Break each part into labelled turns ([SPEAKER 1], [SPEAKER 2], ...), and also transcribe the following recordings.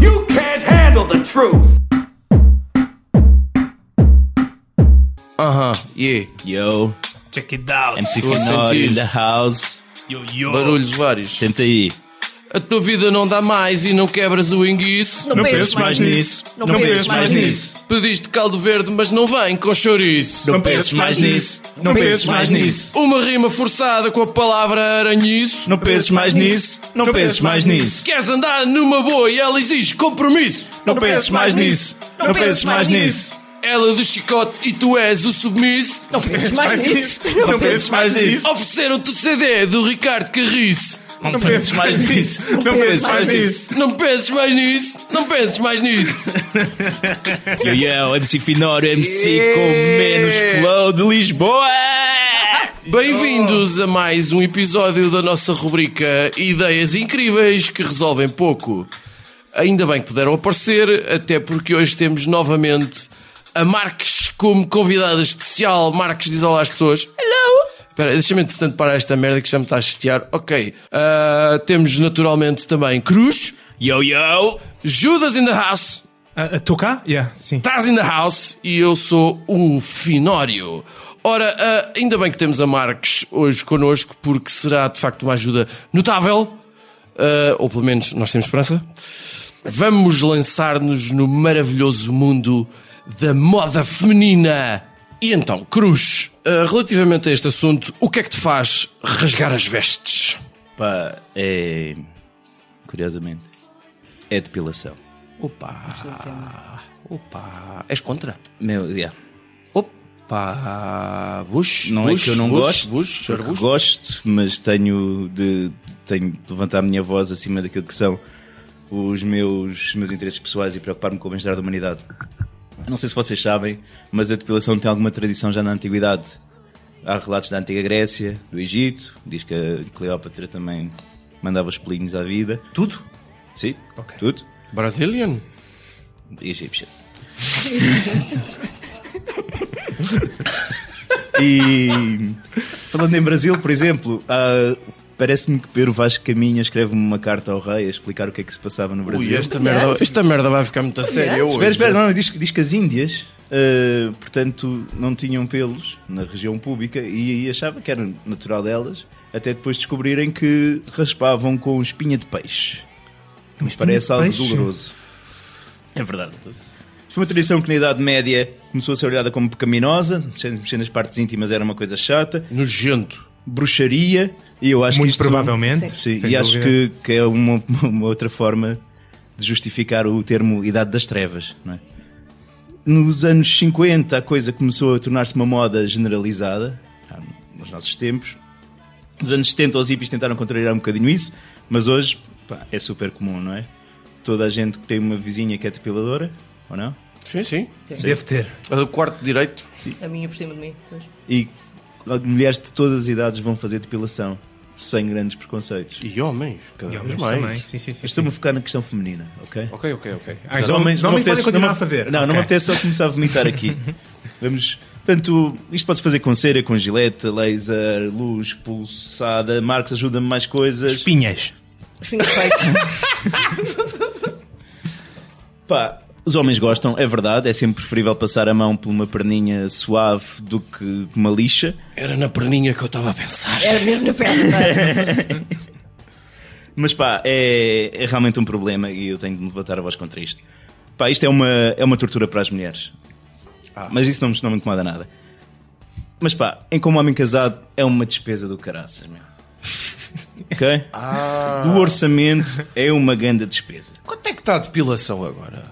[SPEAKER 1] You can't handle the truth.
[SPEAKER 2] Aham, yeah.
[SPEAKER 3] Yo,
[SPEAKER 4] Check it out.
[SPEAKER 3] MC
[SPEAKER 2] Tô a
[SPEAKER 3] Finório
[SPEAKER 2] sentir.
[SPEAKER 3] in the house.
[SPEAKER 4] Yo, yo.
[SPEAKER 2] Barulhos vários.
[SPEAKER 3] Senta aí.
[SPEAKER 2] A tua vida não dá mais e não quebras o enguiço.
[SPEAKER 4] Não penses mais nisso. Não penses mais nisso.
[SPEAKER 2] Pediste caldo verde, mas não vem com chouriço.
[SPEAKER 4] Não penses mais nisso. Não penses mais nisso.
[SPEAKER 2] Uma rima forçada com a palavra aranhiço.
[SPEAKER 4] Não penses mais nisso. Não penses mais nisso.
[SPEAKER 2] Queres andar numa boa e ela exige compromisso.
[SPEAKER 4] Não penses mais nisso. Não penses mais nisso.
[SPEAKER 2] Ela de chicote e tu és o submisso.
[SPEAKER 5] Não penses mais nisso.
[SPEAKER 4] Não penses mais nisso.
[SPEAKER 2] Ofereceram-te o CD do Ricardo Carriço.
[SPEAKER 4] Não penses mais nisso. Não penses mais nisso.
[SPEAKER 2] Não penses mais nisso, não penses mais nisso.
[SPEAKER 3] Yo, yo, MC Finório, MC com
[SPEAKER 2] Yeah.
[SPEAKER 3] menos flow de Lisboa.
[SPEAKER 2] Bem-vindos a mais um episódio da nossa rubrica Ideias Incríveis que Resolvem Pouco. Ainda bem que puderam aparecer, até porque hoje temos novamente a Marques como convidada especial. Marques diz olá às pessoas. Espera, deixa-me entretanto parar esta merda que já me está a chatear. Ok. Ah, temos naturalmente também Cruz,
[SPEAKER 3] Yo, yo.
[SPEAKER 2] Judas in the House,
[SPEAKER 4] Estou cá? Yeah, sim.
[SPEAKER 2] Estás in the house e eu sou o Finório. Ora, ah, ainda bem que temos a Marques hoje connosco, porque será de facto uma ajuda notável, ah, ou pelo menos nós temos esperança. Vamos lançar-nos no maravilhoso mundo da moda feminina. E então, Cruz, ah, relativamente a este assunto, o que é que te faz rasgar as vestes?
[SPEAKER 3] Pá, é. Curiosamente, é depilação.
[SPEAKER 2] Opa, opa, és contra?
[SPEAKER 3] Meu, yeah.
[SPEAKER 2] Opa, bush,
[SPEAKER 3] não
[SPEAKER 2] bush,
[SPEAKER 3] é que eu não
[SPEAKER 2] bush,
[SPEAKER 3] gosto,
[SPEAKER 2] bush,
[SPEAKER 3] porque
[SPEAKER 2] arbusto.
[SPEAKER 3] gosto, mas tenho de, tenho de levantar a minha voz acima daquilo que são os meus, meus interesses pessoais e preocupar-me com o bem-estar da humanidade. Não sei se vocês sabem, mas a depilação tem alguma tradição já na antiguidade. Há relatos da antiga Grécia, do Egito, diz que a Cleópatra também mandava os pelinhos à vida. Tudo? Sim, tudo.
[SPEAKER 2] Brazilian?
[SPEAKER 3] Egípcia. e falando em Brasil, por exemplo, ah, parece-me que Pedro Vasco Caminha escreve uma carta ao rei a explicar o que é que se passava no Brasil.
[SPEAKER 2] Ui, esta merda, esta merda vai ficar muito a séria hoje.
[SPEAKER 3] Espera,
[SPEAKER 4] é.
[SPEAKER 3] espera, não, não, diz, que- diz que as Índias, ah, portanto, não tinham pelos na região pública e, achava que era natural delas, até depois descobrirem que raspavam com espinha de peixe. Que me parece
[SPEAKER 4] de
[SPEAKER 3] algo
[SPEAKER 4] peixe?
[SPEAKER 3] doloroso. É verdade. Foi uma tradição que na Idade Média começou a ser olhada como pecaminosa, mexer mexer nas partes íntimas era uma coisa chata,
[SPEAKER 2] Nojento.
[SPEAKER 3] bruxaria, e eu acho que
[SPEAKER 4] Muito
[SPEAKER 3] isto-
[SPEAKER 4] provavelmente.
[SPEAKER 3] Sim,
[SPEAKER 4] sem
[SPEAKER 3] e acho
[SPEAKER 4] dúvida.
[SPEAKER 3] que, que é uma, uma outra forma de justificar o termo Idade das Trevas, não é? Nos anos 50 a coisa começou a tornar-se uma moda generalizada, já nos nossos tempos. Nos anos 70 os hippies tentaram contrariar um bocadinho isso, mas hoje pá, é super comum, não é? Toda a gente que tem uma vizinha que é depiladora, ou não?
[SPEAKER 2] Sim, sim.
[SPEAKER 4] Deve ter.
[SPEAKER 2] A do quarto direito.
[SPEAKER 5] A minha por cima de mim. pois.
[SPEAKER 3] E ah, mulheres de todas as idades vão fazer depilação, sem grandes preconceitos.
[SPEAKER 2] E homens, cada vez mais.
[SPEAKER 4] Sim, sim, sim.
[SPEAKER 3] Estou-me a focar na questão feminina, ok?
[SPEAKER 2] Ok, ok, ok.
[SPEAKER 4] Ah, então-
[SPEAKER 3] Homens,
[SPEAKER 4] Não me
[SPEAKER 3] apetece-
[SPEAKER 4] podem continuar
[SPEAKER 3] não me-
[SPEAKER 4] a fazer.
[SPEAKER 3] Não, não
[SPEAKER 4] Ok.
[SPEAKER 3] me apetece só começar a vomitar aqui. Vamos. Portanto, isto pode-se fazer com cera, com gilete, laser, luz, pulsada. Marcos, ajuda-me mais coisas.
[SPEAKER 4] Espinhas.
[SPEAKER 5] Os fingers feitos.
[SPEAKER 3] Pá, os homens gostam, é verdade. É sempre preferível passar a mão por uma perninha suave do que uma lixa.
[SPEAKER 2] Era na perninha que eu estava a pensar.
[SPEAKER 5] Era mesmo na perna. é?
[SPEAKER 3] Mas pá, é, é realmente um problema e eu tenho de me levantar a voz contra isto. Pá, isto é uma, é uma tortura para as mulheres. Mas isso não, me- não me incomoda nada. Mas pá, em como homem casado é uma despesa do caraças, meu. Ok? Do orçamento é uma grande despesa.
[SPEAKER 2] Quanto é que está a depilação agora?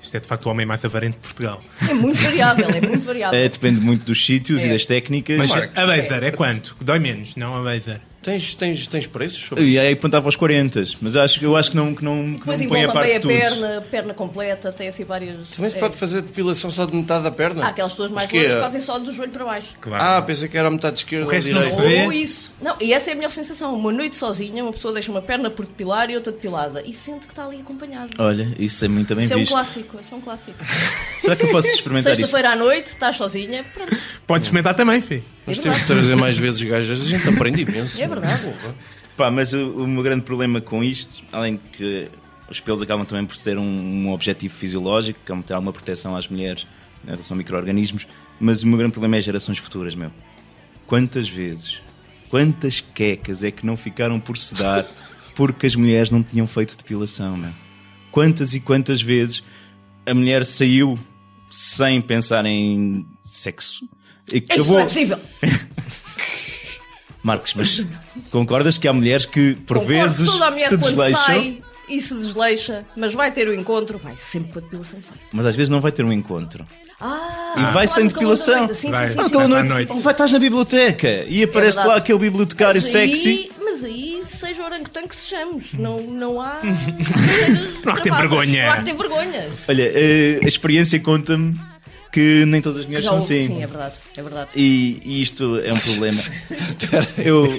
[SPEAKER 4] Isto é de facto o homem mais avarente de Portugal.
[SPEAKER 5] É muito variável, é muito
[SPEAKER 3] É,
[SPEAKER 5] variável.
[SPEAKER 3] depende muito dos sítios e
[SPEAKER 5] É.
[SPEAKER 3] das técnicas.
[SPEAKER 4] Mas
[SPEAKER 3] Marco.
[SPEAKER 4] a laser é quanto? Dói menos, não a laser.
[SPEAKER 2] Tens, tens, tens preços? sobre-
[SPEAKER 3] E aí apontava aos 40, mas acho, eu acho que não, que não, que não
[SPEAKER 5] Depois
[SPEAKER 3] me põe
[SPEAKER 5] envolve
[SPEAKER 3] a
[SPEAKER 5] a
[SPEAKER 3] parte de
[SPEAKER 5] meia
[SPEAKER 3] tudo.
[SPEAKER 5] perna, perna completa, tem assim várias.
[SPEAKER 2] Também se
[SPEAKER 5] é.
[SPEAKER 2] pode fazer depilação só de metade da perna?
[SPEAKER 5] Há aquelas pessoas mais
[SPEAKER 2] Mas é? quê?
[SPEAKER 5] longas que fazem só do joelho para baixo.
[SPEAKER 4] Claro.
[SPEAKER 2] Ah, pensei que era a metade esquerda
[SPEAKER 4] O
[SPEAKER 2] ou
[SPEAKER 4] resto não
[SPEAKER 2] direita.
[SPEAKER 4] se vê.
[SPEAKER 5] Ou isso. Não, e essa é a melhor sensação. Uma noite sozinha, uma pessoa deixa uma perna por depilar e outra depilada. E sente que está ali acompanhado.
[SPEAKER 4] Ah,
[SPEAKER 3] Olha, isso é muito bem
[SPEAKER 5] isso é um
[SPEAKER 3] visto.
[SPEAKER 5] clássico, isso é um clássico.
[SPEAKER 3] Será que eu posso experimentar isso?
[SPEAKER 5] Sexta-feira à noite, estás sozinha, pronto.
[SPEAKER 4] Podes experimentar também, filho.
[SPEAKER 2] Nós temos de trazer mais vezes gajas, a gente aprende imenso.
[SPEAKER 5] É verdade.
[SPEAKER 3] Pá, mas o, o meu grande problema com isto, além de que Os pelos acabam também por ser um, um objetivo fisiológico, que é ter alguma proteção às mulheres né, em relação a micro-organismos, mas o meu grande problema é as gerações futuras, meu. Quantas vezes, quantas quecas é que não ficaram por sedar porque as mulheres não tinham feito depilação, meu? Quantas e quantas vezes a mulher saiu sem pensar em sexo? E que-
[SPEAKER 5] Isso não é possível.
[SPEAKER 3] Marcos, mas concordas que há mulheres que por
[SPEAKER 5] Concordo,
[SPEAKER 3] vezes
[SPEAKER 5] toda a mulher
[SPEAKER 3] se
[SPEAKER 5] quando
[SPEAKER 3] desleixam,
[SPEAKER 5] sai e se desleixa, mas vai ter o encontro, vai sempre com a depilação feita.
[SPEAKER 3] mas às vezes não vai ter um encontro.
[SPEAKER 5] Ah,
[SPEAKER 3] E vai
[SPEAKER 5] claro,
[SPEAKER 3] sem
[SPEAKER 5] no calor da
[SPEAKER 3] depilação. Então, é
[SPEAKER 5] noite. Sim,
[SPEAKER 4] Vai.
[SPEAKER 5] sim, sim,
[SPEAKER 4] Não, no
[SPEAKER 5] sim.
[SPEAKER 4] calor
[SPEAKER 3] Aquela
[SPEAKER 4] à
[SPEAKER 3] noite,
[SPEAKER 4] noite.
[SPEAKER 3] ou vai estás na biblioteca e aparece lá
[SPEAKER 5] É verdade.
[SPEAKER 3] aquele bibliotecário
[SPEAKER 5] Mas aí-
[SPEAKER 3] sexy. Hum.
[SPEAKER 5] mas aí, seja orangotango que sejamos, não, não há.
[SPEAKER 4] Não há que ter vergonha.
[SPEAKER 5] Não há que ter vergonha.
[SPEAKER 3] Olha, eh, a experiência conta-me que nem todas as mulheres
[SPEAKER 5] Já
[SPEAKER 3] são
[SPEAKER 5] houve-
[SPEAKER 3] assim.
[SPEAKER 5] Sim, é verdade. É verdade.
[SPEAKER 3] e, e isto é um problema. Eu,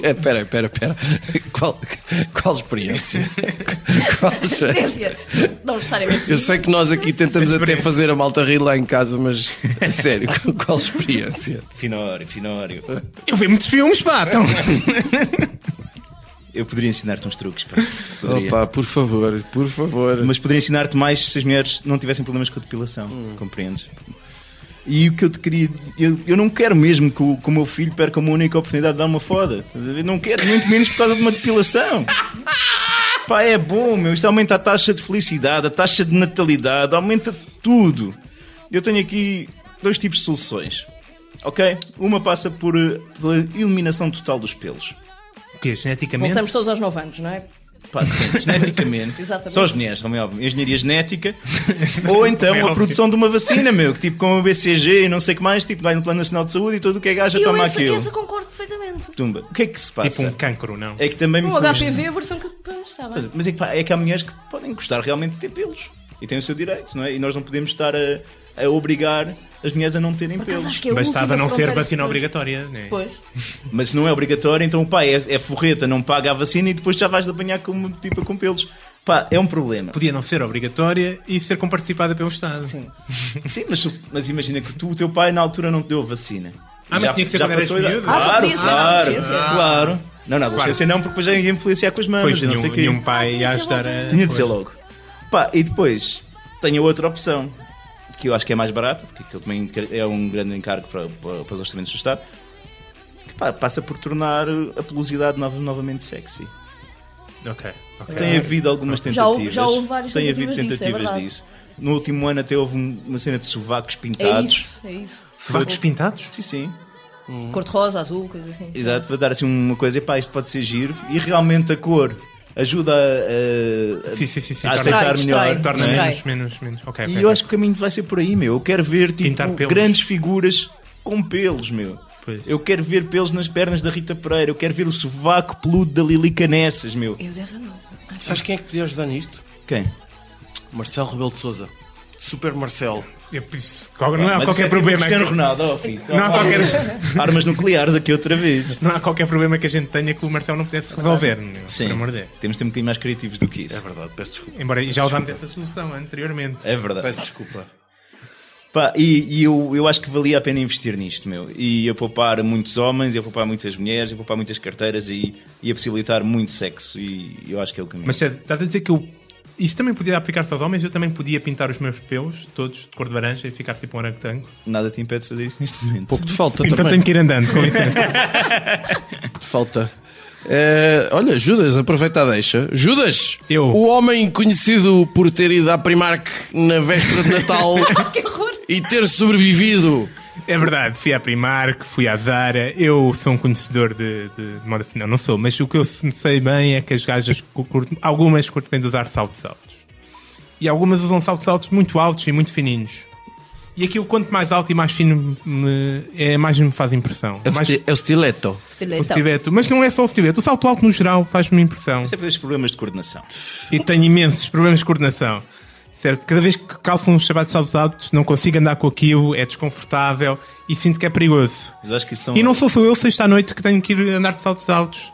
[SPEAKER 2] É, pera, pera, pera. Qual, qual experiência? Qual-
[SPEAKER 3] é.
[SPEAKER 5] Experiência. Não necessariamente.
[SPEAKER 2] Eu sei que nós aqui tentamos até fazer a malta rir lá em casa, mas a sério, qual experiência?
[SPEAKER 3] finório, finório.
[SPEAKER 4] Eu vi muitos filmes, pá, então.
[SPEAKER 3] Eu poderia ensinar-te uns truques, pá. Poderia.
[SPEAKER 2] Opa, por favor, por favor.
[SPEAKER 3] Mas poderia ensinar-te mais se as mulheres não tivessem problemas com a depilação, compreendes? E o que eu te queria. Eu, eu não quero mesmo que o, que o meu filho perca uma única oportunidade de dar uma foda. Estás a ver? Não quero, muito menos por causa de uma depilação. Pá, é bom, meu. Isto aumenta a taxa de felicidade, a taxa de natalidade, aumenta tudo. Eu tenho aqui dois tipos de soluções. Ok? Uma passa por eh, pela eliminação total dos pelos.
[SPEAKER 4] O quê? Geneticamente? tipo
[SPEAKER 5] Voltamos todos aos 9 anos, não é?
[SPEAKER 3] Pá, sim, geneticamente.
[SPEAKER 5] Exatamente.
[SPEAKER 3] Só as mulheres, como é óbvio. Engenharia genética. Ou então
[SPEAKER 4] Como é
[SPEAKER 3] a
[SPEAKER 4] óbvio.
[SPEAKER 3] produção de uma vacina, meu. Que tipo com o BCG e não sei o que mais. Tipo, vai no Plano Nacional de Saúde e tudo o que é gajo
[SPEAKER 5] eu
[SPEAKER 3] toma
[SPEAKER 5] essa,
[SPEAKER 3] aquilo.
[SPEAKER 5] essa concordo perfeitamente.
[SPEAKER 3] Tumba. O que é que se passa?
[SPEAKER 4] Tipo um cancro, não?
[SPEAKER 3] É que também me
[SPEAKER 5] Um
[SPEAKER 3] custa.
[SPEAKER 5] HPV, a versão que. Pois, está bem.
[SPEAKER 3] Mas é que, pá, é que há mulheres que podem gostar realmente de ter pelos. E têm o seu direito, não é? E nós não podemos estar a, a obrigar as mulheres a não terem
[SPEAKER 5] Por acaso
[SPEAKER 3] pelos.
[SPEAKER 5] acho que é a
[SPEAKER 4] Bastava
[SPEAKER 5] última
[SPEAKER 4] não ser
[SPEAKER 5] fronteira
[SPEAKER 4] vacina
[SPEAKER 5] depois.
[SPEAKER 4] obrigatória, né?
[SPEAKER 5] Pois.
[SPEAKER 3] Mas se não é obrigatório, então pá, é, é forreta, não paga a vacina e depois já vais apanhar como tipo com pelos. Pá, é um problema.
[SPEAKER 4] Podia não ser obrigatória e ser comparticipada pelo Estado. Sim.
[SPEAKER 3] Sim, mas, mas imagina que tu, o teu pai na altura não te deu a vacina.
[SPEAKER 4] Ah, mas tinha que ser quando eras
[SPEAKER 3] passou a idade.
[SPEAKER 4] miúdo?
[SPEAKER 5] Ah, só
[SPEAKER 3] Claro,
[SPEAKER 5] podia ser na
[SPEAKER 3] claro,
[SPEAKER 5] adolescência.
[SPEAKER 3] claro. Não, na adolescência não, porque depois já ia influenciar com as mamas
[SPEAKER 4] Pois
[SPEAKER 3] e não
[SPEAKER 4] nenhum,
[SPEAKER 3] sei o quê.
[SPEAKER 4] nenhum pai ia
[SPEAKER 5] Ah,
[SPEAKER 4] ajudar a.
[SPEAKER 3] Tinha de ser
[SPEAKER 4] Pois.
[SPEAKER 3] logo. Pá, e depois tenho outra opção, que eu acho que é mais barata, porque aquilo também é um grande encargo para, para, para os orçamentos do Estado, que pá, passa por tornar a pelosidade nova- novamente sexy.
[SPEAKER 4] Ok, ok.
[SPEAKER 3] Tem havido algumas
[SPEAKER 5] Já houve-
[SPEAKER 3] tentativas.
[SPEAKER 5] já houve várias
[SPEAKER 3] Tem havido
[SPEAKER 5] tentativas disso, é
[SPEAKER 3] tentativas
[SPEAKER 5] verdade.
[SPEAKER 3] disso. No último ano até houve um- uma cena de sovacos
[SPEAKER 5] É
[SPEAKER 3] pintados.
[SPEAKER 5] isso, é isso.
[SPEAKER 4] Sovacos pintados?
[SPEAKER 3] Sim, sim.
[SPEAKER 5] Cor-de-rosa, azul, coisa assim.
[SPEAKER 3] Exato, para dar assim uma coisa, epá, isto pode ser giro. E realmente a cor ajuda a, a- a-
[SPEAKER 4] Sim, sim, sim. sim.
[SPEAKER 3] a
[SPEAKER 4] Torna-
[SPEAKER 3] aceitar
[SPEAKER 5] Distrai,
[SPEAKER 3] melhor.
[SPEAKER 5] distrai.
[SPEAKER 4] Torna
[SPEAKER 3] não é?
[SPEAKER 5] Distrai.
[SPEAKER 4] menos, menos, menos. Ok,
[SPEAKER 3] Ah, E
[SPEAKER 4] ok,
[SPEAKER 3] eu
[SPEAKER 4] ok.
[SPEAKER 3] acho que o caminho vai ser por aí, meu. Eu quero ver
[SPEAKER 4] Pintar
[SPEAKER 3] tipo,
[SPEAKER 4] pelos.
[SPEAKER 3] grandes figuras com pelos, meu.
[SPEAKER 4] Pois.
[SPEAKER 3] Eu quero ver pelos nas pernas da Rita Pereira. Eu quero ver o sovaco peludo da Lili Canessas, meu.
[SPEAKER 5] Eu dessa não.
[SPEAKER 2] Sabes quem é que podia ajudar nisto?
[SPEAKER 3] Quem?
[SPEAKER 2] Marcelo Rebelo de Souza. Super Marcelo.
[SPEAKER 4] Eu penso- qual- Não há
[SPEAKER 3] Mas isso é
[SPEAKER 4] qualquer
[SPEAKER 3] tipo
[SPEAKER 4] problema.
[SPEAKER 3] Cristiano
[SPEAKER 4] que-
[SPEAKER 3] Ronaldo, ó, filho. Só
[SPEAKER 4] Não há
[SPEAKER 3] armas-
[SPEAKER 4] qualquer.
[SPEAKER 3] Armas nucleares aqui outra vez.
[SPEAKER 4] Não há qualquer problema que a gente tenha que o Marcelo não pudesse resolver, meu,
[SPEAKER 3] Sim,
[SPEAKER 4] por amor de Deus.
[SPEAKER 3] temos de ser um bocadinho mais criativos do que
[SPEAKER 2] É
[SPEAKER 3] isso.
[SPEAKER 2] verdade, peço desculpa.
[SPEAKER 4] Embora já usámos essa solução anteriormente.
[SPEAKER 3] É verdade.
[SPEAKER 2] Peço desculpa.
[SPEAKER 3] Pá, e, e eu, eu acho que valia a pena investir nisto, meu. E a poupar muitos homens, e a poupar muitas mulheres, e a poupar muitas carteiras e, e a possibilitar muito sexo. E eu acho que é o caminho.
[SPEAKER 4] Mas Ted, estás a dizer que eu. Isto também podia aplicar-se aos homens, eu também podia pintar os meus pelos, todos de cor de laranja, e ficar tipo um orangotango.
[SPEAKER 3] Nada te impede de fazer isso neste momento.
[SPEAKER 2] Pouco te falta
[SPEAKER 4] Então
[SPEAKER 2] também.
[SPEAKER 4] tenho que ir andando, com licença.
[SPEAKER 2] te falta. Eh, olha, Judas, aproveita a deixa. Judas!
[SPEAKER 4] Eu.
[SPEAKER 2] O homem conhecido por ter ido à Primark na véspera de Natal
[SPEAKER 5] Que horror!
[SPEAKER 2] e ter sobrevivido.
[SPEAKER 4] é verdade, fui à Primark, fui à Zara, eu sou um conhecedor de, de moda. Não, não sou, mas o que eu sei bem é que as gajas, cu- curtem- algumas curtem de usar saltos altos. E algumas usam saltos altos muito altos e muito fininhos. E aquilo, quanto mais alto e mais fino, me- é, mais me faz impressão.
[SPEAKER 2] É o
[SPEAKER 4] mais
[SPEAKER 2] sti- é o stiletto.
[SPEAKER 4] o
[SPEAKER 5] Estilhação.
[SPEAKER 4] estileto. Mas não é só o estileto, o salto alto no geral faz-me impressão.
[SPEAKER 3] Sempre tens é problemas de coordenação.
[SPEAKER 4] e tenho imensos problemas de coordenação. Certo? Cada vez que calço uns sapatos saltos altos, não consigo andar com aquilo, é desconfortável e sinto que é perigoso.
[SPEAKER 3] Mas eu acho que isso são.
[SPEAKER 4] E não sou só eu, sexta à noite, que tenho que ir andar de saltos altos.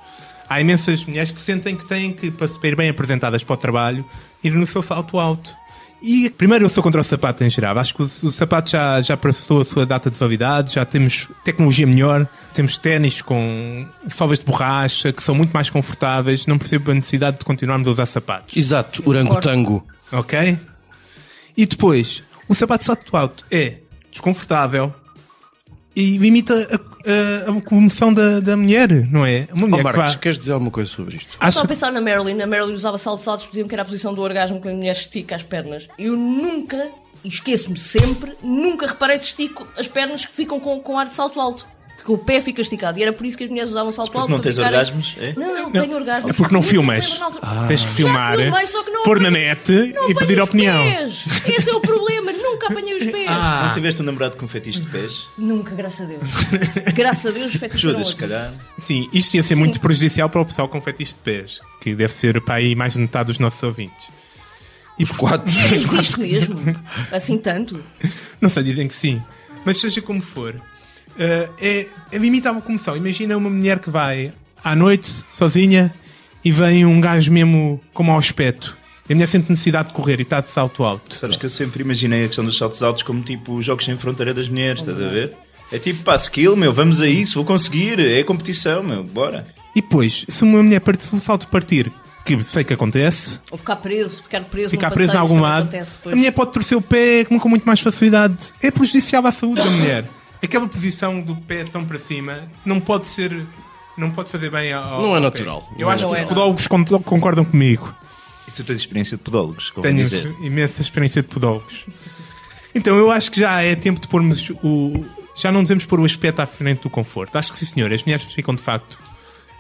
[SPEAKER 4] Há imensas mulheres que sentem que têm que, para se ver bem apresentadas para o trabalho, ir no seu salto alto. E primeiro eu sou contra o sapato em geral. Acho que o, o sapato já, já passou a sua data de validade, já temos tecnologia melhor, temos ténis com solas de borracha que são muito mais confortáveis. Não percebo a necessidade de continuarmos a usar sapatos.
[SPEAKER 2] Exato, orangotango.
[SPEAKER 4] Ok? E depois, o sapato de salto alto é desconfortável e limita a, a, a comoção da, da mulher, não é? Uma
[SPEAKER 2] Ó
[SPEAKER 4] mulher que
[SPEAKER 2] Marcos,
[SPEAKER 4] vá.
[SPEAKER 2] queres dizer alguma coisa sobre isto?
[SPEAKER 4] Acho
[SPEAKER 5] Então, Só a
[SPEAKER 4] que-
[SPEAKER 5] pensar na Marilyn, a Marilyn usava saltos altos, diziam que era a posição do orgasmo quando a mulher estica as pernas. Eu nunca, e esqueço-me sempre, nunca reparei se estico as pernas que ficam com, com ar de salto alto. Que o pé fica esticado. E era por isso que as mulheres usavam salto
[SPEAKER 3] Porque
[SPEAKER 5] alto.
[SPEAKER 3] não
[SPEAKER 5] para
[SPEAKER 3] tens
[SPEAKER 5] ficarem-
[SPEAKER 3] orgasmos? É?
[SPEAKER 5] Não, não,
[SPEAKER 4] Não.
[SPEAKER 5] tenho orgasmo.
[SPEAKER 4] É porque não
[SPEAKER 5] Eu
[SPEAKER 4] filmas. Ah.
[SPEAKER 5] lembro na altura-
[SPEAKER 4] Tens que
[SPEAKER 5] Já
[SPEAKER 4] filmar, eh,
[SPEAKER 5] filmei, só que não
[SPEAKER 4] pôr na
[SPEAKER 5] apanho-
[SPEAKER 4] net
[SPEAKER 5] não
[SPEAKER 4] e
[SPEAKER 5] apanho
[SPEAKER 4] pedir
[SPEAKER 5] os
[SPEAKER 4] opinião. Ah.
[SPEAKER 5] pés. Esse é o problema, nunca apanhei os pés.
[SPEAKER 3] Não tiveste um namorado com fetiche de pés?
[SPEAKER 5] Nunca, graças a Deus. Graças a Deus, os fetos foram
[SPEAKER 3] Judas, se
[SPEAKER 5] outros.
[SPEAKER 3] calhar.
[SPEAKER 4] Sim, isto ia ser muito prejudicial para o pessoal com fetiche de pés, que deve ser para aí mais de metade dos nossos ouvintes. E os
[SPEAKER 2] Quatro.
[SPEAKER 5] Existe mesmo. Assim tanto.
[SPEAKER 4] Não sei, dizem que sim. Mas seja como for, eh, é, é limitável comoção. Imagina uma mulher que vai à noite, sozinha, e vem um gajo mesmo com mau aspecto. E a mulher sente necessidade de correr e está de salto alto.
[SPEAKER 3] Sabes que eu sempre imaginei a questão dos saltos altos como tipo jogos sem fronteira das mulheres, estás a ver? É tipo, pá, skill, meu, vamos a isso, vou conseguir, é competição, meu, bora.
[SPEAKER 4] E depois, se uma mulher parte, se o salto partir, que sei que acontece,
[SPEAKER 5] Ou ficar preso, ficar preso.
[SPEAKER 4] ficar
[SPEAKER 5] num
[SPEAKER 4] preso em
[SPEAKER 5] passeio,
[SPEAKER 4] algum
[SPEAKER 5] isso também
[SPEAKER 4] lado.
[SPEAKER 5] acontece,
[SPEAKER 4] A
[SPEAKER 5] pois.
[SPEAKER 4] mulher pode torcer o pé com com muito mais facilidade. É prejudicial à saúde da mulher. Aquela posição do pé tão para cima não pode ser. Não pode fazer bem ao.
[SPEAKER 2] Não é
[SPEAKER 4] ao pé.
[SPEAKER 2] natural.
[SPEAKER 4] Eu
[SPEAKER 2] Não
[SPEAKER 4] acho
[SPEAKER 2] é
[SPEAKER 4] que os
[SPEAKER 5] natural.
[SPEAKER 4] podólogos con- concordam comigo.
[SPEAKER 3] E tu tens experiência de podólogos, como
[SPEAKER 4] Tenho
[SPEAKER 3] dizer.
[SPEAKER 4] imensa experiência de podólogos. Então eu acho que já é tempo de pormos o. Já não devemos pôr o aspecto à frente do conforto. Acho que sim, senhor. As mulheres ficam de facto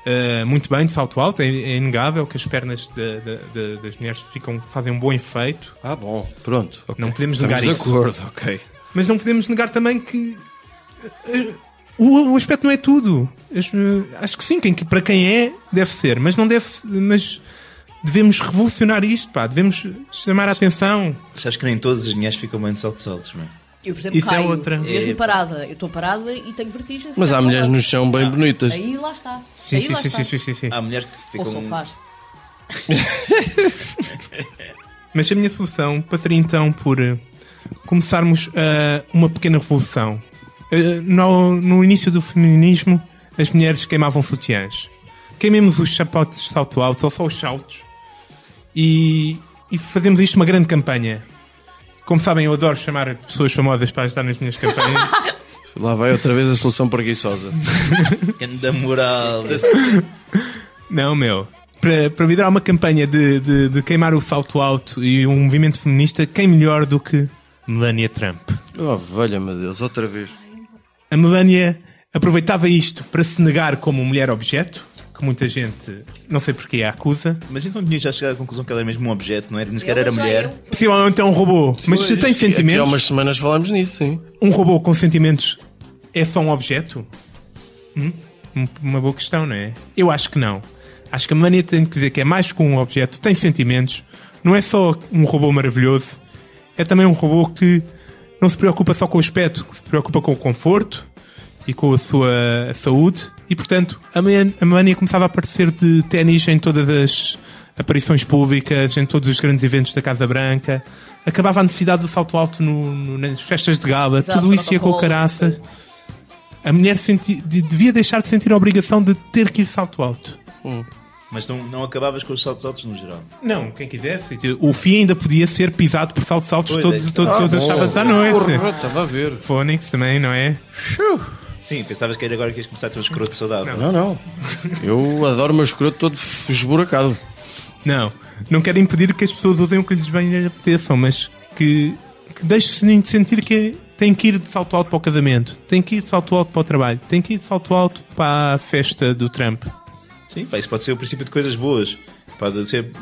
[SPEAKER 4] eh, muito bem de salto alto. É, é inegável que as pernas da- da- da- das mulheres ficam, fazem um bom efeito.
[SPEAKER 2] Ah, bom, pronto. ok.
[SPEAKER 4] Não podemos
[SPEAKER 2] Estamos
[SPEAKER 4] negar
[SPEAKER 2] de
[SPEAKER 4] isso.
[SPEAKER 2] acordo, ok.
[SPEAKER 4] Mas não podemos negar também que eh, eh, o, o aspecto não é tudo. As- eh, Acho que sim, quem, que- para quem é, deve ser. Mas não deve. se- Mas devemos revolucionar isto, pá. Devemos chamar a atenção.
[SPEAKER 3] Sabes que nem todas as mulheres ficam bem de saltos altos, meu.
[SPEAKER 5] Eu, por exemplo,
[SPEAKER 4] Isso é
[SPEAKER 5] caio,
[SPEAKER 4] outra.
[SPEAKER 5] mesmo
[SPEAKER 3] É, pá.
[SPEAKER 5] parada. Eu estou parada e tenho vertigens.
[SPEAKER 2] Mas há mulheres no chão bem bonitas.
[SPEAKER 5] Aí lá está.
[SPEAKER 4] Sim,
[SPEAKER 5] Aí
[SPEAKER 4] sim,
[SPEAKER 5] lá
[SPEAKER 4] sim,
[SPEAKER 5] está.
[SPEAKER 4] sim, sim, sim, sim.
[SPEAKER 3] Há mulheres que um
[SPEAKER 5] Ou
[SPEAKER 3] ficam.
[SPEAKER 5] sofás.
[SPEAKER 4] Mas a minha solução passaria então por eh, começarmos eh, uma pequena revolução. Eh, no, no início do feminismo, as mulheres queimavam sutiãs. Queimemos os sapatos de salto alto, ou só os saltos, e, e fazemos isto uma grande campanha. Como sabem, eu adoro chamar pessoas famosas para ajudar nas minhas campanhas.
[SPEAKER 2] Lá vai outra vez a solução preguiçosa.
[SPEAKER 3] Ganda moral.
[SPEAKER 4] Não, meu. Para, para liderar uma campanha de, de- de queimar o salto alto e um movimento feminista, quem melhor do que Melania Trump?
[SPEAKER 2] Oh, velha-me Deus, outra vez.
[SPEAKER 4] A Melania aproveitava isto para se negar como mulher objeto, que muita gente, não sei porque, a acusa.
[SPEAKER 3] Mas então tinha já chegado à conclusão que ela era mesmo um objeto, não era? Nem sequer
[SPEAKER 5] Ela
[SPEAKER 3] era
[SPEAKER 5] já
[SPEAKER 3] mulher.
[SPEAKER 5] eu.
[SPEAKER 4] Possivelmente é um robô, mas se tem
[SPEAKER 2] Aqui há
[SPEAKER 4] sentimentos,
[SPEAKER 2] umas semanas falámos nisso, sim.
[SPEAKER 4] um robô com sentimentos é só um objeto? Hum? Um- Uma boa questão, não é? Eu acho que não. Acho que a Melania tem que dizer que é mais que um objeto, tem sentimentos, não é só um robô maravilhoso, é também um robô que não se preocupa só com o aspecto, que se preocupa com o conforto e com a sua saúde. E portanto, a Man- a Melania começava a aparecer de ténis em todas as aparições públicas, em todos os grandes eventos da Casa Branca. Acabava a necessidade do salto alto no- no- nas festas de gala,
[SPEAKER 5] Exato,
[SPEAKER 4] tudo isso ia com o
[SPEAKER 5] protocolo.
[SPEAKER 4] caraça. A mulher senti- de- devia deixar de sentir a obrigação de ter que ir de salto alto.
[SPEAKER 3] Mas não, não acabavas com os saltos altos no geral.
[SPEAKER 4] Não, quem quisesse. O fim ainda podia ser pisado por saltos altos
[SPEAKER 3] Pois,
[SPEAKER 4] todos,
[SPEAKER 3] é isso.
[SPEAKER 4] todos, todas as
[SPEAKER 2] Ah, bom.
[SPEAKER 4] sábados à noite.
[SPEAKER 2] Porra, estava a ver.
[SPEAKER 4] Fónix também, não é?
[SPEAKER 3] Sim, pensavas que era agora que ias começar a ter um escroto saudável.
[SPEAKER 2] Não, não. Eu adoro o meu escroto todo f- esburacado.
[SPEAKER 4] Não, não quero impedir que as pessoas usem o que lhes bem lhe apeteçam, mas que, que deixem-se de sentir que têm que ir de salto alto para o casamento, têm que ir de salto alto para o trabalho, têm que ir de salto alto para a festa do Trump.
[SPEAKER 3] é? Sim, pá, isso pode ser o princípio de coisas boas. Pá, de ser-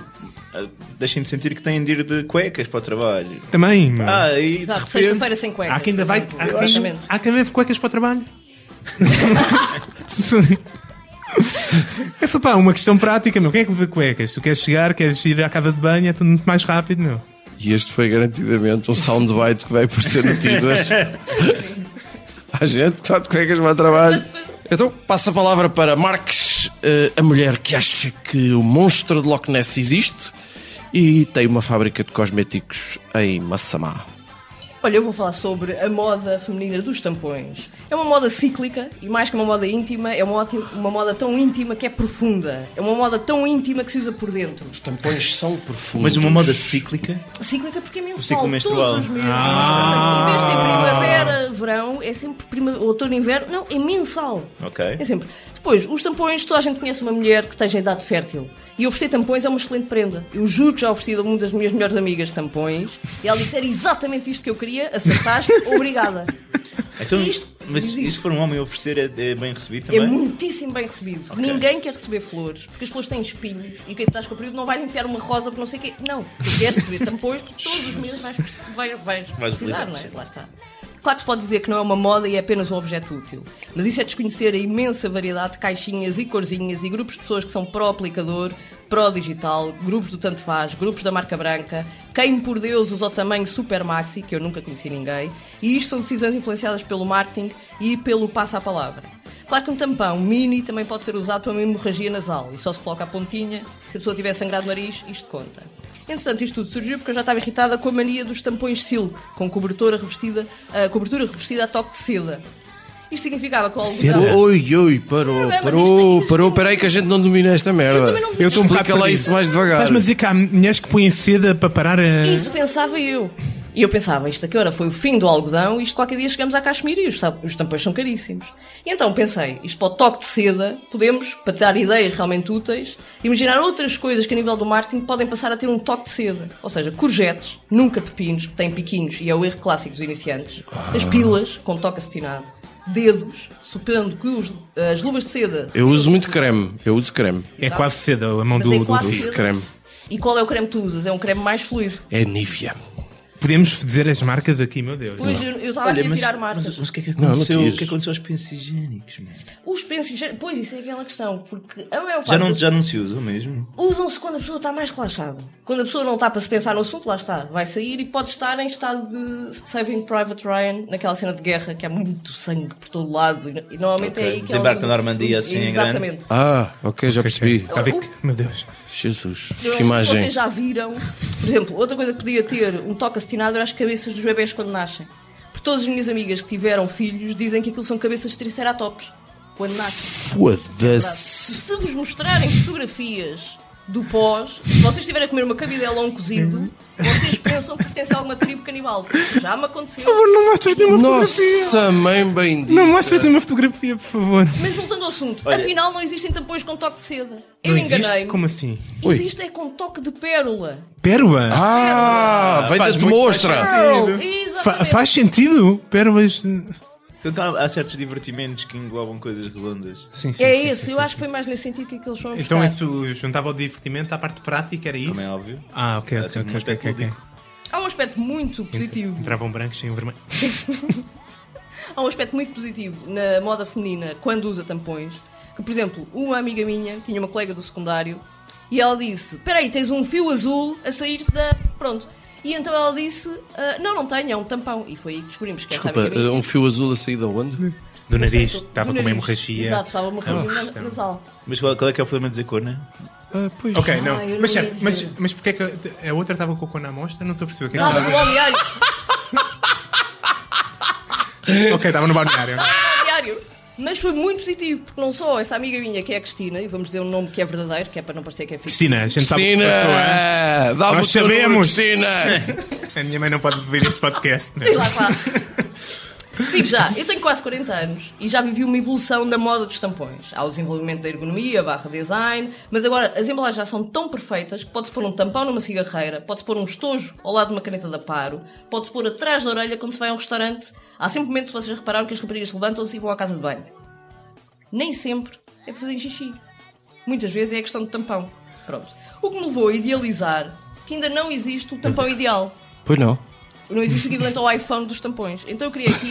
[SPEAKER 3] ah, Deixem de sentir que têm de ir de cuecas para o trabalho.
[SPEAKER 4] Também, meu.
[SPEAKER 3] Ah, e de
[SPEAKER 5] Exato,
[SPEAKER 3] repente-
[SPEAKER 5] sexta-feira sem cuecas.
[SPEAKER 4] há quem ainda
[SPEAKER 5] por
[SPEAKER 4] vai.
[SPEAKER 5] exemplo.
[SPEAKER 4] Há quem,
[SPEAKER 5] Exatamente.
[SPEAKER 4] há quem leve cuecas para o trabalho. Essa pá, é uma questão prática, meu. Quem é que usa cuecas? Tu queres chegar, queres ir à casa de banho, é tudo muito mais rápido, meu.
[SPEAKER 2] E este foi garantidamente um soundbite que vai aparecer no teasers. Há gente que está de cuecas vai ao trabalho. Então, passo a palavra para Marques, eh, a mulher que acha que o monstro de Loch Ness existe e tem uma fábrica de cosméticos em Massamá.
[SPEAKER 5] Olha, eu vou falar sobre a moda feminina dos tampões. É uma moda cíclica e mais que uma moda íntima, é uma, ótima- uma moda tão íntima que é profunda. É uma moda tão íntima que se usa por dentro.
[SPEAKER 2] Os tampões são profundos.
[SPEAKER 3] Mas uma moda cíclica.
[SPEAKER 5] Cíclica porque é mensual,
[SPEAKER 3] ciclo menstrual. Ah.
[SPEAKER 5] todos os meses. Portanto, em vez de ser primavera, verão, é sempre prima, outono, inverno. Não, é mensal.
[SPEAKER 3] Ok.
[SPEAKER 5] É sempre. Depois, os tampões, toda a gente conhece uma mulher que esteja em idade fértil. E oferecer tampões é uma excelente prenda. Eu juro que já ofereci a uma das minhas melhores amigas tampões. E ela disse, era exatamente isto que eu queria, acertaste, obrigada.
[SPEAKER 3] Então,
[SPEAKER 5] Isto-
[SPEAKER 3] mas e se for um homem oferecer, é, é bem recebido
[SPEAKER 5] É
[SPEAKER 3] também?
[SPEAKER 5] muitíssimo bem recebido. Ninguém quer receber flores, porque as flores têm espinhos. E o que é que tu estás com o período? Não vais enfiar uma rosa por não sei o quê. Não, tu queres receber tampões, tu todos os meses vais, vai- vais precisar,
[SPEAKER 3] utilizar,
[SPEAKER 5] não é?
[SPEAKER 3] sim.
[SPEAKER 5] Lá está. Claro que se pode dizer que não é uma moda e é apenas um objeto útil, mas isso é desconhecer a imensa variedade de caixinhas e corzinhas e grupos de pessoas que são pró-aplicador, pró-digital, grupos do tanto faz, grupos da marca branca, quem por Deus usa o tamanho super maxi, que eu nunca conheci ninguém, e isto são decisões influenciadas pelo marketing e pelo passo à palavra. Claro que um tampão mini também pode ser usado para uma hemorragia nasal e só se coloca a pontinha. Se a pessoa tiver sangrado no nariz, isto conta. Entretanto, isto tudo surgiu porque eu já estava irritada com a mania dos tampões silk, com cobertura revestida, ah, cobertura revestida a toque de seda. Isto significava que o algodão...
[SPEAKER 2] Oi, oi, parou,
[SPEAKER 5] Não, mas isto
[SPEAKER 2] parou,
[SPEAKER 5] é isso.
[SPEAKER 2] parou, peraí que a gente não domina esta merda.
[SPEAKER 5] Eu também não domino.
[SPEAKER 4] Eu estou um bocado
[SPEAKER 2] Explica lá
[SPEAKER 4] perdido.
[SPEAKER 2] isso mais devagar.
[SPEAKER 4] Estás-me a dizer que há mulheres que põem seda para parar a.
[SPEAKER 5] Isso pensava eu. E eu pensava, isto aqui ora foi o fim do algodão, isto qualquer dia chegamos à Caxemira e os, ta- os tampões são caríssimos. E então pensei, isto para o toque de seda, podemos, para dar ideias realmente úteis, imaginar outras coisas que a nível do marketing podem passar a ter um toque de seda. Ou seja, courgettes, nunca pepinos, porque têm piquinhos e é o erro clássico dos iniciantes. As pilas, com toque acetinado. Dedos, supondo que os- as luvas de seda
[SPEAKER 2] Eu uso muito creme, eu uso creme.
[SPEAKER 4] É quase seda, a mão
[SPEAKER 5] Mas
[SPEAKER 4] do.
[SPEAKER 5] é
[SPEAKER 4] do-
[SPEAKER 5] quase
[SPEAKER 2] Esse
[SPEAKER 5] seda.
[SPEAKER 2] creme.
[SPEAKER 5] E qual é o creme que tu usas? É um creme mais fluido.
[SPEAKER 2] É Nivea.
[SPEAKER 4] Podemos dizer as marcas aqui, meu Deus.
[SPEAKER 5] Pois eu eu estava aqui a
[SPEAKER 3] mas,
[SPEAKER 5] tirar marcas.
[SPEAKER 3] mas, mas o que é que
[SPEAKER 2] Não, não
[SPEAKER 3] aconteceu,
[SPEAKER 2] tires.
[SPEAKER 3] o que é que aconteceu aos pensos higiênicos? mano?
[SPEAKER 5] Os pensos, pois isso é aquela questão, porque a maior parte
[SPEAKER 3] Já não,
[SPEAKER 5] dos-
[SPEAKER 3] já não se usa mesmo?
[SPEAKER 5] usam-se quando a pessoa está mais relaxada. Quando a pessoa não está para se pensar no assunto, lá está, vai sair e pode estar em estado de Saving Private Ryan, naquela cena de guerra que há muito sangue por todo lado e, e normalmente
[SPEAKER 3] Ok.
[SPEAKER 5] é aí que
[SPEAKER 3] Desembarque
[SPEAKER 5] é
[SPEAKER 3] na Normandia, assim, em grande.
[SPEAKER 5] Exatamente.
[SPEAKER 2] Ah, ok, já percebi.
[SPEAKER 4] Está a ver que- Meu Deus.
[SPEAKER 2] Jesus,
[SPEAKER 5] Eu acho
[SPEAKER 2] que imagem.
[SPEAKER 5] Vocês já viram, por exemplo, outra coisa que podia ter um toque acetinado era as cabeças dos bebés quando nascem. Porque todas as minhas amigas que tiveram filhos dizem que aquilo são cabeças de triceratops quando nascem.
[SPEAKER 2] Foda-se.
[SPEAKER 5] Se vos mostrarem fotografias do pós, se vocês estiverem a comer uma cabidela ou um
[SPEAKER 4] Uhum.
[SPEAKER 5] cozido, vocês pensam que pertence a alguma tribo canibal. Já me
[SPEAKER 4] Por
[SPEAKER 5] aconteceu.
[SPEAKER 4] favor, não mostres nenhuma fotografia.
[SPEAKER 2] Nossa mãe bendita.
[SPEAKER 4] Não mostres nenhuma fotografia, por favor.
[SPEAKER 5] Mas voltando ao assunto,
[SPEAKER 3] Olha-
[SPEAKER 5] afinal não existem tampões com toque de seda. Eu
[SPEAKER 4] Não existe?
[SPEAKER 5] enganei-me.
[SPEAKER 4] Como assim?
[SPEAKER 2] Oi.
[SPEAKER 5] Existe é com toque de pérola.
[SPEAKER 4] Pérola?
[SPEAKER 2] Ah, vem da
[SPEAKER 3] Faz muito mais
[SPEAKER 2] demonstra.
[SPEAKER 3] sentido.
[SPEAKER 4] Fa-
[SPEAKER 5] Exatamente.
[SPEAKER 4] faz sentido? Pérolas. Sim,
[SPEAKER 3] Então, há, há certos divertimentos que englobam coisas redondas.
[SPEAKER 4] sim, sim,
[SPEAKER 5] É
[SPEAKER 4] sim,
[SPEAKER 5] esse,
[SPEAKER 4] sim.
[SPEAKER 5] eu acho que foi mais nesse sentido que é um aqueles foram
[SPEAKER 4] Então
[SPEAKER 5] buscar.
[SPEAKER 4] isso juntava o divertimento à parte prática, era isso?
[SPEAKER 3] Como é óbvio.
[SPEAKER 4] Ah, ok,
[SPEAKER 3] Há
[SPEAKER 4] ok,
[SPEAKER 3] sempre
[SPEAKER 4] ok,
[SPEAKER 3] um
[SPEAKER 4] ok,
[SPEAKER 3] aspecto
[SPEAKER 4] ok.
[SPEAKER 3] lúdico.
[SPEAKER 5] Há um aspecto muito positivo.
[SPEAKER 4] Entravam brancos sem o vermelho.
[SPEAKER 5] Há um aspecto muito positivo na moda feminina quando usa tampões. Que, por exemplo, uma amiga minha tinha uma colega do secundário e ela disse: Peraí, tens um fio azul a sair da. Pronto. E então ela disse: "Ah, Não, não tenho, é um tampão. E foi aí que descobrimos que é
[SPEAKER 2] Desculpa,
[SPEAKER 5] essa amiga minha.
[SPEAKER 2] um fio azul a sair de onde?
[SPEAKER 4] Do nariz,
[SPEAKER 5] Do
[SPEAKER 4] estava com uma
[SPEAKER 5] nariz.
[SPEAKER 4] hemorragia.
[SPEAKER 5] Exato, estava uma hemorragia na-
[SPEAKER 4] então.
[SPEAKER 5] nasal.
[SPEAKER 3] Mas qual, qual é que é o problema de dizer cor, né?
[SPEAKER 2] Ah, pois.
[SPEAKER 4] Ok, não.
[SPEAKER 5] eu não
[SPEAKER 4] mas,
[SPEAKER 5] ia
[SPEAKER 4] sério, mas,
[SPEAKER 5] dizer.
[SPEAKER 4] mas porquê é que a outra estava com o cu na amostra? Não estou a perceber o que é
[SPEAKER 5] Ah, do
[SPEAKER 4] que
[SPEAKER 5] balneário!
[SPEAKER 4] estava. Ok, estava no balneário.
[SPEAKER 5] diário. Mas foi muito positivo, porque não só essa amiga minha que é a Cristina, e vamos dizer um nome que é verdadeiro, que é para não parecer que é ficção.
[SPEAKER 4] Cristina, a gente sabe o que se passou, é?
[SPEAKER 2] Cristina! Dá-me o
[SPEAKER 4] Nós
[SPEAKER 2] teu número,
[SPEAKER 4] sabemos.
[SPEAKER 2] Cristina!
[SPEAKER 4] hein? A minha mãe não pode ver este podcast. Né?
[SPEAKER 5] Sei lá, claro. Sim, já. Eu tenho quase 40 anos e já vivi uma evolução na moda dos tampões. Há o desenvolvimento da ergonomia, barra design, mas agora as embalagens já são tão perfeitas que pode-se pôr um tampão numa cigarreira, pode-se pôr um estojo ao lado de uma caneta da Paro, pode-se pôr atrás da orelha quando se vai a um restaurante. Há sempre momentos, vocês já repararam, que as raparigas levantam-se e vão à casa de banho. Nem sempre é para fazer xixi. Muitas vezes é a questão de tampão. Pronto. O que me levou a idealizar que ainda não existe o tampão ideal.
[SPEAKER 2] Pois não.
[SPEAKER 5] Não existe o equivalente ao iPhone dos tampões. Então eu queria aqui,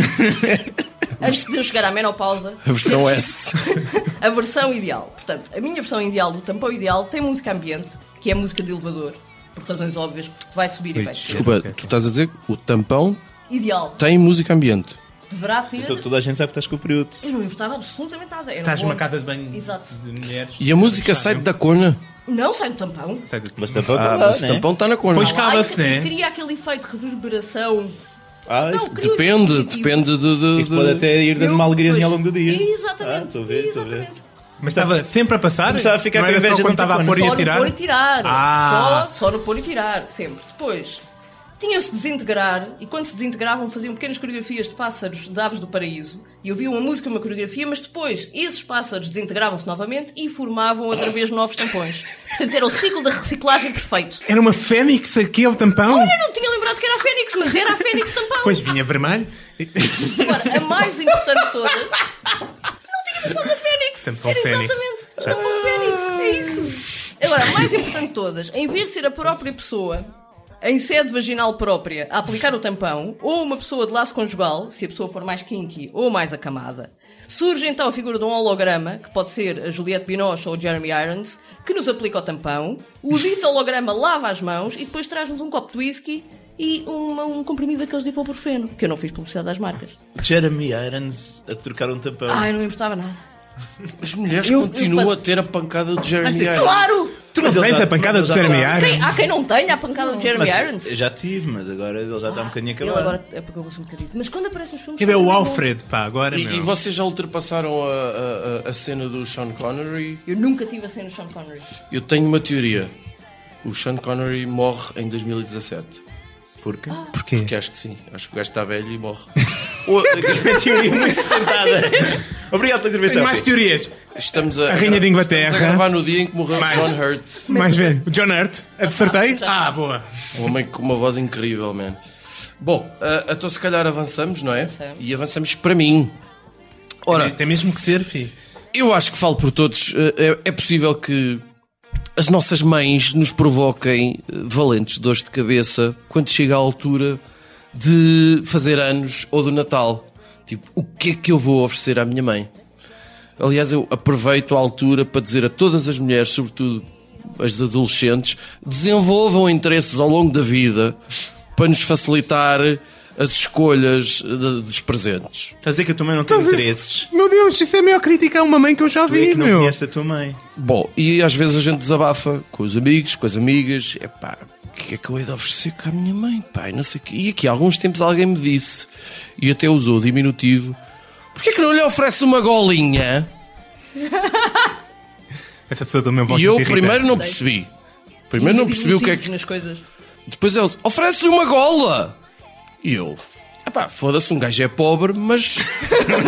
[SPEAKER 5] antes de eu chegar à menopausa,
[SPEAKER 2] A versão é S.
[SPEAKER 5] a versão ideal. Portanto, a minha versão ideal do tampão ideal tem música ambiente, que é música de elevador, por razões óbvias, porque vai subir e vai descer.
[SPEAKER 2] Desculpa, tu estás a dizer que o tampão
[SPEAKER 5] Ideal.
[SPEAKER 2] tem música ambiente.
[SPEAKER 5] Deverá ter.
[SPEAKER 3] Então, toda a gente sabe que estás com o período.
[SPEAKER 5] Eu não importava absolutamente nada. Era um
[SPEAKER 4] Estás
[SPEAKER 5] bom.
[SPEAKER 4] numa casa de banho
[SPEAKER 5] Exato.
[SPEAKER 4] de mulheres. é um
[SPEAKER 2] E a música sai da corna?
[SPEAKER 5] Não, sai do tampão.
[SPEAKER 4] Sai do
[SPEAKER 3] Mas tampão
[SPEAKER 2] Ah,
[SPEAKER 3] está
[SPEAKER 2] mas o
[SPEAKER 3] lá, né?
[SPEAKER 2] tampão está na cor.
[SPEAKER 4] Pois
[SPEAKER 2] não é?
[SPEAKER 4] Cala-se,
[SPEAKER 5] Ai,
[SPEAKER 4] né?
[SPEAKER 5] Cria aquele efeito de reverberação.
[SPEAKER 3] Ah,
[SPEAKER 5] Não,
[SPEAKER 3] isso-
[SPEAKER 5] queria-
[SPEAKER 2] Depende, depende de. de-
[SPEAKER 3] Isso
[SPEAKER 2] de-
[SPEAKER 3] pode até ir dando
[SPEAKER 5] Eu-
[SPEAKER 3] uma alegriazinha ao
[SPEAKER 5] pois.
[SPEAKER 3] longo do dia.
[SPEAKER 5] Exatamente.
[SPEAKER 3] Ah, estou a ver, estou a ver.
[SPEAKER 5] exatamente.
[SPEAKER 4] Mas estava sempre a passar?
[SPEAKER 3] Começava a ficar
[SPEAKER 4] não
[SPEAKER 3] com
[SPEAKER 4] era só
[SPEAKER 3] inveja
[SPEAKER 4] quando
[SPEAKER 3] de um
[SPEAKER 4] estava a
[SPEAKER 3] tampão.
[SPEAKER 4] pôr e a
[SPEAKER 5] só
[SPEAKER 4] tirar?
[SPEAKER 5] no pôr e tirar.
[SPEAKER 4] Ah.
[SPEAKER 5] Só, só no pôr e tirar, sempre. Depois, tinham-se de desintegrar e quando se desintegravam faziam pequenas coreografias de pássaros de aves do paraíso e ouviam uma música e uma coreografia, mas depois esses pássaros desintegravam-se novamente e formavam outra vez novos tampões. Portanto, era o ciclo da reciclagem perfeito.
[SPEAKER 4] Era uma fênix aqui ao tampão?
[SPEAKER 5] Olha, não tinha lembrado que era a Fênix, mas era a Fênix tampão.
[SPEAKER 4] Pois vinha vermelho.
[SPEAKER 5] Agora, a mais importante de todas. Não tinha noção da Fênix!
[SPEAKER 4] Sempre com
[SPEAKER 5] Era
[SPEAKER 4] Fênix.
[SPEAKER 5] exatamente! Então, uma Fênix! É isso! Agora, a mais importante de todas, em vez de ser a própria pessoa, em sede vaginal própria, a aplicar o tampão, ou uma pessoa de laço conjugal, se a pessoa for mais kinky ou mais acamada, surge então a figura de um holograma, que pode ser a Juliette Binoche ou o Jeremy Irons, que nos aplica o tampão, o dito holograma lava as mãos e depois traz-nos um copo de whisky. E uma- um comprimido daqueles de ibuprofeno, que eu não fiz publicidade às marcas.
[SPEAKER 3] Jeremy Irons a trocar um tampão.
[SPEAKER 5] Ai, não me importava nada.
[SPEAKER 2] As mulheres
[SPEAKER 5] Eu- eu
[SPEAKER 2] continuam
[SPEAKER 5] passo-
[SPEAKER 2] a ter a pancada do Jeremy
[SPEAKER 3] Mas é
[SPEAKER 2] Irons.
[SPEAKER 5] Claro!
[SPEAKER 4] Tu não
[SPEAKER 3] Mas ele
[SPEAKER 4] tens
[SPEAKER 3] já-
[SPEAKER 4] a pancada
[SPEAKER 3] mas
[SPEAKER 4] do
[SPEAKER 3] ele já-
[SPEAKER 4] Jeremy
[SPEAKER 5] Quem-
[SPEAKER 4] Irons?
[SPEAKER 5] há quem não tenha a pancada do Jeremy
[SPEAKER 3] Mas
[SPEAKER 5] Irons.
[SPEAKER 3] eu já tive, mas agora ele já está um bocadinho
[SPEAKER 5] Ele
[SPEAKER 3] acabado.
[SPEAKER 5] agora é porque eu gosto um bocadinho. Mas quando aparece nos filmes.
[SPEAKER 4] Ele é o
[SPEAKER 5] também não-
[SPEAKER 4] Alfred, pá, agora
[SPEAKER 2] E, e
[SPEAKER 4] meu.
[SPEAKER 2] vocês já ultrapassaram a- a, a- a cena do Sean Connery?
[SPEAKER 5] Eu nunca tive a cena no Sean Connery.
[SPEAKER 2] Eu tenho uma teoria. O Sean Connery morre em 2017.
[SPEAKER 3] Porque
[SPEAKER 5] Ah.
[SPEAKER 4] Porquê?
[SPEAKER 2] Que acho que sim. Acho que o gajo está velho e morre. Ou-
[SPEAKER 3] a teoria é muito sustentada. Obrigado pela intervenção.
[SPEAKER 4] Tem mais teorias.
[SPEAKER 2] estamos a,
[SPEAKER 4] A Rainha de Inglaterra.
[SPEAKER 2] Estamos a gravar no dia em que morreu
[SPEAKER 4] Mais.
[SPEAKER 2] John Hurt.
[SPEAKER 4] Mais velho. O John Hurt. Acertei?
[SPEAKER 5] Já.
[SPEAKER 4] Ah, boa.
[SPEAKER 2] Um homem com uma voz incrível, man. Bom, ah, então se calhar avançamos, não é?
[SPEAKER 5] Avançamos.
[SPEAKER 2] E avançamos para mim. Ora,
[SPEAKER 4] Tem mesmo que ser, fi.
[SPEAKER 2] Eu acho que falo por todos. Eh, É, é possível que as nossas mães nos provoquem eh, valentes dores de cabeça quando chega a altura de fazer anos ou do Natal. Tipo, o que é que eu vou oferecer à minha mãe? Aliás, eu aproveito a altura para dizer a todas as mulheres, sobretudo as adolescentes, desenvolvam interesses ao longo da vida para nos facilitar as escolhas eh, de- dos presentes.
[SPEAKER 3] Estás a dizer que a tua mãe não tem interesses.
[SPEAKER 4] Meu Deus, isso é a maior crítica a uma mãe que eu já
[SPEAKER 3] Tu é
[SPEAKER 4] vi,
[SPEAKER 3] que não
[SPEAKER 4] meu.
[SPEAKER 3] conhece a tua mãe.
[SPEAKER 2] Bom, e às vezes a gente desabafa com os amigos, com as amigas. É pá, o que é que eu hei de oferecer cá à minha mãe? Pai, não sei o quê. E aqui há alguns tempos alguém me disse, e até usou o diminutivo, porquê que não lhe oferece uma golinha?
[SPEAKER 4] Essa pessoa do meu voz
[SPEAKER 2] e eu
[SPEAKER 4] muito irritante.
[SPEAKER 2] primeiro não percebi. Primeiro não percebi o que é que.
[SPEAKER 5] Nas coisas.
[SPEAKER 2] Depois ele oferece-lhe uma gola. E eu, epá, foda-se, um gajo é pobre, mas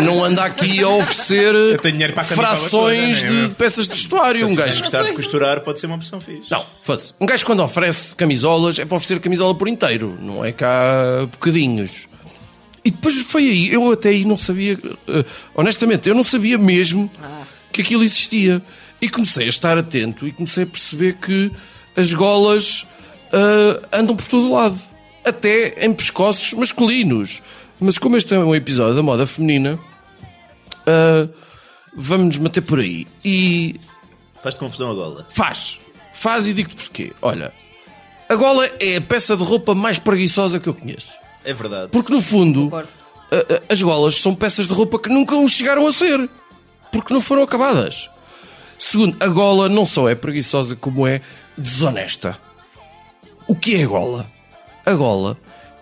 [SPEAKER 2] não anda aqui a oferecer
[SPEAKER 4] tenho dinheiro para a camisola
[SPEAKER 2] frações
[SPEAKER 4] toda, não é?
[SPEAKER 2] de, de peças de vestuário. Um
[SPEAKER 3] Se
[SPEAKER 2] gajo
[SPEAKER 3] gostar de costurar, pode ser uma opção fixe.
[SPEAKER 2] Não, foda-se. Um gajo quando oferece camisolas é para oferecer camisola por inteiro, não é cá bocadinhos. E depois foi aí, eu até aí não sabia, eh, honestamente, eu não sabia mesmo que aquilo existia. E comecei a estar atento e comecei a perceber que as golas eh, andam por todo lado, até em pescoços masculinos. Mas como este é um episódio da moda feminina, eh, vamos nos manter por aí. E
[SPEAKER 3] Faz-te confusão a gola.
[SPEAKER 2] Faz. Faz e digo-te porquê. Olha, a gola é a peça de roupa mais preguiçosa que eu conheço.
[SPEAKER 3] É verdade.
[SPEAKER 2] Porque no fundo,
[SPEAKER 5] Concordo.
[SPEAKER 2] a- a- as golas são peças de roupa que nunca os chegaram a ser. Porque não foram acabadas. Segundo, a gola não só é preguiçosa como é desonesta. O que é a gola? A gola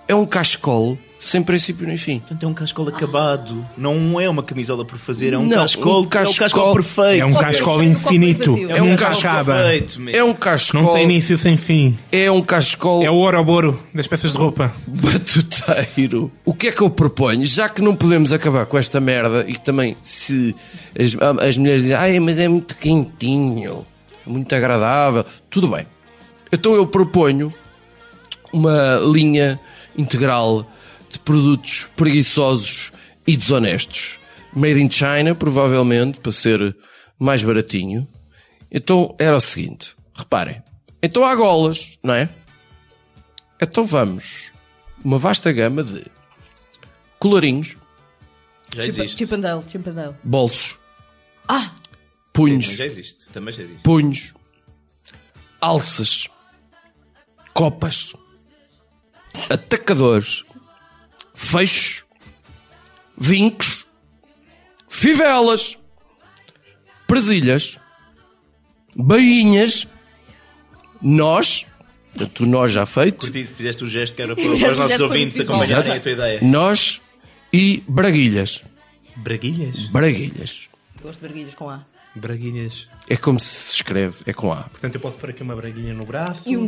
[SPEAKER 2] é um cachecol sem princípio nem fim.
[SPEAKER 3] Portanto, é um cascol acabado. Não é uma camisola por fazer, é um
[SPEAKER 2] Não,
[SPEAKER 3] cascol.
[SPEAKER 2] um cascol-
[SPEAKER 3] É o cascol perfeito.
[SPEAKER 4] É um
[SPEAKER 5] Só
[SPEAKER 4] cascol
[SPEAKER 5] tem um copo
[SPEAKER 4] infinito.
[SPEAKER 5] vazio.
[SPEAKER 3] É um
[SPEAKER 2] nunca
[SPEAKER 3] cascol
[SPEAKER 4] acaba.
[SPEAKER 3] perfeito, meu.
[SPEAKER 2] É um cachecol.
[SPEAKER 4] Não tem início sem fim.
[SPEAKER 2] É um cachecol.
[SPEAKER 4] É o Ouroboro das peças de roupa.
[SPEAKER 2] Batuteiro, o que é que eu proponho? Já que não podemos acabar com esta merda e que também se as, as mulheres dizem, ai, mas é muito quentinho, é muito agradável, tudo bem. Então eu proponho uma linha integral de produtos preguiçosos e desonestos. Made in China, provavelmente, para ser mais baratinho. Então era o seguinte, reparem. Então há golas, não é? Então vamos. Uma vasta gama de colarinhos,
[SPEAKER 3] Já
[SPEAKER 5] Chip-
[SPEAKER 3] existe.
[SPEAKER 5] Chip and tipo Dale, Chip and Dale.
[SPEAKER 2] bolsos,
[SPEAKER 5] Ah!
[SPEAKER 2] punhos,
[SPEAKER 3] Já existe. Também já existe.
[SPEAKER 2] punhos, alças, copas, atacadores, fechos, vincos, fivelas, presilhas, bainhas, nós, portanto, o nós já feito,
[SPEAKER 3] Curti, fizeste o gesto que era para, para os nossos ouvintes acompanharem a tua ideia.
[SPEAKER 2] nós e braguilhas.
[SPEAKER 4] Braguilhas?
[SPEAKER 2] Braguilhas.
[SPEAKER 5] Gosto de barguilhas com A.
[SPEAKER 4] Braguilhas.
[SPEAKER 2] É como se escreve, é com A.
[SPEAKER 4] Portanto, eu posso pôr aqui uma braguilha no braço.
[SPEAKER 5] E um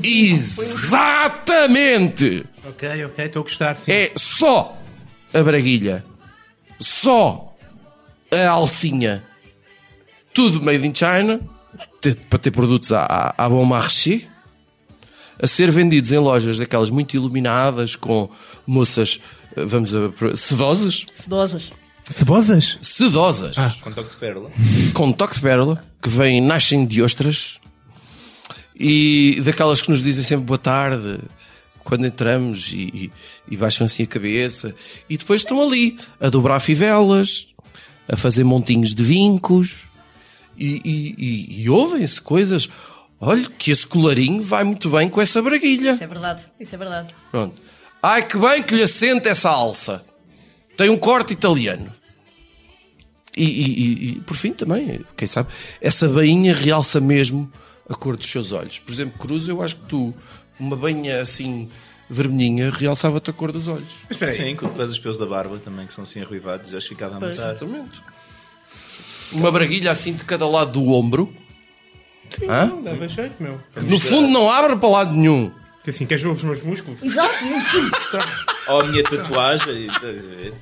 [SPEAKER 2] Exatamente!
[SPEAKER 4] Ok, ok, estou a gostar, sim.
[SPEAKER 2] É só a braguilha. Só a alcinha. Tudo made in China. te- Para ter produtos à, à, à bom marché. A ser vendidos em lojas daquelas muito iluminadas com moças, eh, vamos a, sedosas?
[SPEAKER 5] sedosas.
[SPEAKER 4] Cebosas?
[SPEAKER 2] Sedosas.
[SPEAKER 3] Com toque de pérola.
[SPEAKER 2] com toque de pérola, que vêm, nascem de ostras, e daquelas que nos dizem sempre boa tarde, quando entramos, e, e- e baixam assim a cabeça, e depois estão ali a dobrar fivelas, a fazer montinhos de vincos, e, e- e- e ouvem-se coisas. Olha, que esse colarinho vai muito bem com essa braguilha.
[SPEAKER 5] Isso é verdade, isso é verdade.
[SPEAKER 2] Pronto. Ai, que bem que lhe assente essa alça. Tem um corte italiano. E, e- e- e, por fim também, quem sabe, essa bainha realça mesmo a cor dos seus olhos. Por exemplo, Cruz, eu acho que tu, uma bainha assim vermelhinha, realçava-te a cor dos olhos.
[SPEAKER 4] Mas espera aí.
[SPEAKER 3] Sim, com quase os pelos da barba também, que são assim arruivados, acho que ficava a matar.
[SPEAKER 2] Exatamente. Uma braguilha assim de cada lado do ombro. Hã?
[SPEAKER 4] Não dava jeito, meu.
[SPEAKER 2] No fundo não abre para lado nenhum.
[SPEAKER 4] Assim, queres ver os meus músculos?
[SPEAKER 5] Exato,
[SPEAKER 3] Ou a minha tatuagem, estás a ver?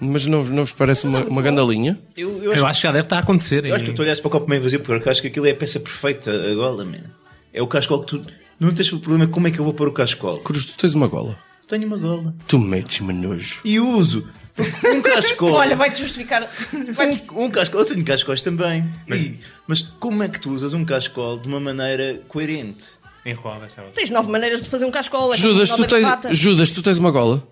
[SPEAKER 2] Mas não, não vos parece uma, uma gandalinha?
[SPEAKER 3] Eu, eu acho,
[SPEAKER 4] Eu acho que já deve estar a acontecer.
[SPEAKER 3] eu acho que tu olhas para o copo meio vazio, porque eu acho que aquilo é a peça perfeita, a gola, man. É o cascol que tu... Não tens o problema como é que eu vou pôr o cascol.
[SPEAKER 2] Cruz, tu tens uma gola.
[SPEAKER 3] Tenho uma gola.
[SPEAKER 2] Tu metes-me nojo.
[SPEAKER 3] E eu uso. Um cascol.
[SPEAKER 5] Olha, vai-te justificar. Vai
[SPEAKER 3] Um cascol, eu tenho cascóis também. E- Mas... como é que tu usas um cascol de uma maneira coerente?
[SPEAKER 4] Enrola, chama
[SPEAKER 5] Tens nove maneiras de fazer um cascola.
[SPEAKER 2] Judas,
[SPEAKER 5] nove
[SPEAKER 2] tu
[SPEAKER 5] de
[SPEAKER 2] tens,
[SPEAKER 5] pata.
[SPEAKER 2] Judas, tu tens uma gola.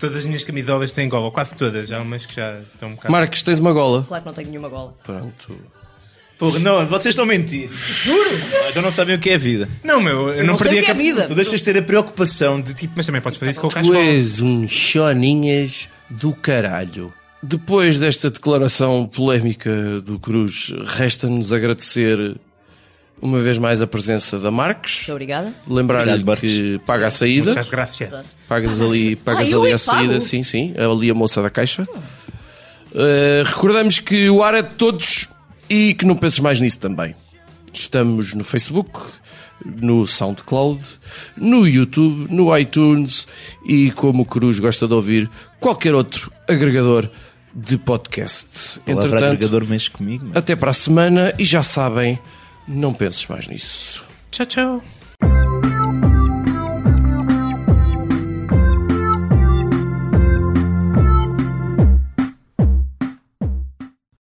[SPEAKER 4] Todas as minhas camisolas têm gola, quase todas. Há umas que já estão um bocado.
[SPEAKER 2] Marcos, tens uma gola.
[SPEAKER 5] Claro que não tenho nenhuma gola.
[SPEAKER 2] Pronto.
[SPEAKER 3] Porra, não, vocês estão a mentir. Juro! Então não sabem o que é a vida.
[SPEAKER 4] Não, meu, eu, não,
[SPEAKER 5] não sei
[SPEAKER 4] perdi
[SPEAKER 5] o que é
[SPEAKER 4] cap-
[SPEAKER 5] vida.
[SPEAKER 3] Tu deixas de ter a preocupação de tipo.
[SPEAKER 4] Mas também podes fazer isso com o
[SPEAKER 2] Tu
[SPEAKER 4] cascola.
[SPEAKER 2] és um choninhas do caralho. Depois desta declaração polémica do Cruz, resta-nos agradecer uma vez mais a presença da Marques.
[SPEAKER 5] Muito obrigada.
[SPEAKER 2] Lembrar-lhe
[SPEAKER 3] Obrigado, Marques.
[SPEAKER 2] que paga a saída.
[SPEAKER 4] Muitas graças.
[SPEAKER 2] Pagas ali, pagas
[SPEAKER 5] Ah, eu
[SPEAKER 2] ali
[SPEAKER 5] é
[SPEAKER 2] a
[SPEAKER 5] que pago?
[SPEAKER 2] saída, sim, sim. Ali a moça da caixa. Uh, recordamos que o ar é de todos e que não penses mais nisso também. Estamos no Facebook, no SoundCloud, no YouTube, no iTunes e, como o Cruz gosta de ouvir, qualquer outro agregador de podcast.
[SPEAKER 3] Palavra
[SPEAKER 2] Entretanto,
[SPEAKER 3] agregador mexe comigo, mano.
[SPEAKER 2] até para a semana e já sabem, não penses mais nisso.
[SPEAKER 4] Tchau, tchau.